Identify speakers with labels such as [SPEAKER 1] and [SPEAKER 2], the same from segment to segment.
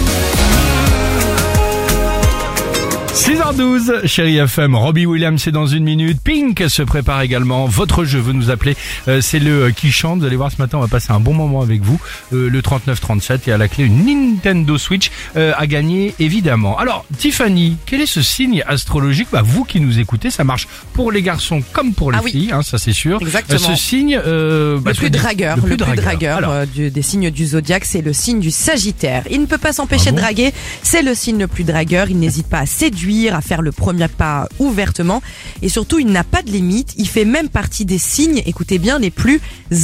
[SPEAKER 1] 6h12, chérie FM, Robbie Williams c'est dans une minute, Pink se prépare également, votre jeu veut nous appeler, Euh, c'est le euh, qui chante, vous allez voir ce matin on va passer un bon moment avec vous, Euh, le 3937 et à la clé une Nintendo Switch euh, à gagner évidemment. Alors Tiffany, quel est ce signe astrologique Bah vous qui nous écoutez, ça marche pour les garçons comme pour les
[SPEAKER 2] Ah oui.
[SPEAKER 1] filles, hein, ça c'est sûr.
[SPEAKER 2] Exactement.
[SPEAKER 1] Euh, ce signe... euh, bah,
[SPEAKER 2] le
[SPEAKER 1] soit
[SPEAKER 2] plus
[SPEAKER 1] dit-
[SPEAKER 2] dragueur, le plus dragueur,
[SPEAKER 1] Alors,
[SPEAKER 2] euh, du- des signes du zodiaque, c'est le signe du Sagittaire. Il ne peut pas s'empêcher
[SPEAKER 1] Ah
[SPEAKER 2] de
[SPEAKER 1] bon
[SPEAKER 2] draguer, c'est le signe le plus dragueur. Il n'hésite pas à séduire, à faire le premier pas ouvertement, et surtout il n'a pas de limite. Il fait même partie des signes, écoutez bien, les plus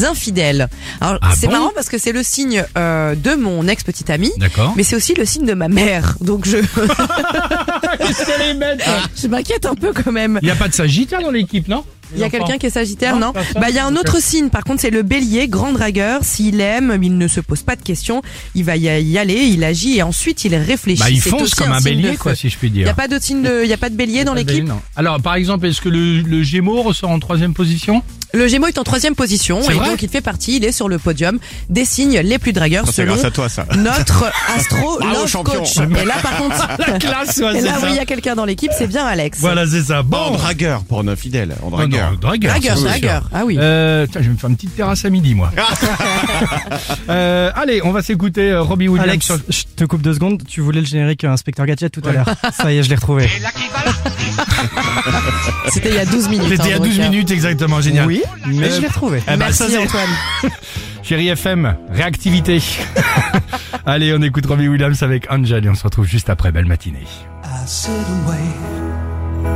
[SPEAKER 2] infidèles. Alors
[SPEAKER 1] Ah
[SPEAKER 2] c'est
[SPEAKER 1] bon
[SPEAKER 2] marrant parce que c'est le signe euh, de mon ex petite amie,
[SPEAKER 1] D'accord.
[SPEAKER 2] mais c'est aussi le signe de ma mère. Donc je je m'inquiète un peu quand même.
[SPEAKER 1] Il n'y a pas de Sagittaire dans l'équipe, non
[SPEAKER 2] Il y a quelqu'un qui est Sagittaire,
[SPEAKER 1] Non,
[SPEAKER 2] non,
[SPEAKER 1] pas ça.
[SPEAKER 2] Bah il y a un autre signe. Par contre, c'est le Bélier, grand dragueur. S'il aime, il ne se pose pas de questions. Il va y y aller, il agit et ensuite il réfléchit.
[SPEAKER 1] Bah, il
[SPEAKER 2] C'est
[SPEAKER 1] fonce
[SPEAKER 2] aussi
[SPEAKER 1] comme un
[SPEAKER 2] signe de
[SPEAKER 1] bélier,
[SPEAKER 2] feu.
[SPEAKER 1] quoi, si je puis
[SPEAKER 2] Il
[SPEAKER 1] dire.
[SPEAKER 2] y a pas de signe de, il y a pas de Bélier dans
[SPEAKER 1] Pas de
[SPEAKER 2] l'équipe.
[SPEAKER 1] Bélier, non. Alors, par exemple, est-ce que le, le Gémeaux ressort en troisième position
[SPEAKER 2] Le Gémeaux est en troisième position
[SPEAKER 1] C'est
[SPEAKER 2] et
[SPEAKER 1] vrai
[SPEAKER 2] donc il fait partie. Il est sur le podium des signes les plus dragueurs
[SPEAKER 3] C'est
[SPEAKER 2] selon
[SPEAKER 3] grâce à toi, ça.
[SPEAKER 2] notre astro love
[SPEAKER 3] champion.
[SPEAKER 2] coach. Et là, par contre,
[SPEAKER 1] Classe,
[SPEAKER 2] et là où il y a quelqu'un dans l'équipe, c'est bien Alex.
[SPEAKER 1] Voilà, c'est ça.
[SPEAKER 3] En
[SPEAKER 1] Bon,
[SPEAKER 3] dragueur, pour un infidèle. En
[SPEAKER 1] Non, non,
[SPEAKER 3] dragueur.
[SPEAKER 1] dragueur.
[SPEAKER 2] Dragueur,
[SPEAKER 1] c'est sûr.
[SPEAKER 2] dragueur. Ah oui.
[SPEAKER 1] Euh, tiens, je vais me faire une petite terrasse à midi, moi. Euh, allez, on va s'écouter euh, Robbie Williams.
[SPEAKER 4] Alex,
[SPEAKER 1] sur-
[SPEAKER 4] je te coupe deux secondes. Tu voulais le générique euh, Inspecteur Gadget tout à l'heure. Ça y est, je l'ai retrouvé.
[SPEAKER 2] C'était il y a 12 minutes.
[SPEAKER 1] C'était
[SPEAKER 2] hein,
[SPEAKER 1] il y a
[SPEAKER 2] donc,
[SPEAKER 1] 12
[SPEAKER 2] euh,
[SPEAKER 1] minutes exactement, génial.
[SPEAKER 4] Oui, mais
[SPEAKER 1] Euh,
[SPEAKER 4] je l'ai retrouvé.
[SPEAKER 1] Eh ben,
[SPEAKER 2] Merci
[SPEAKER 1] ça, c'est-
[SPEAKER 2] Antoine.
[SPEAKER 1] Chérie FM, réactivité. allez, on écoute Robbie Williams avec Angel et on se retrouve juste après. Belle matinée.
[SPEAKER 5] I sit and wait.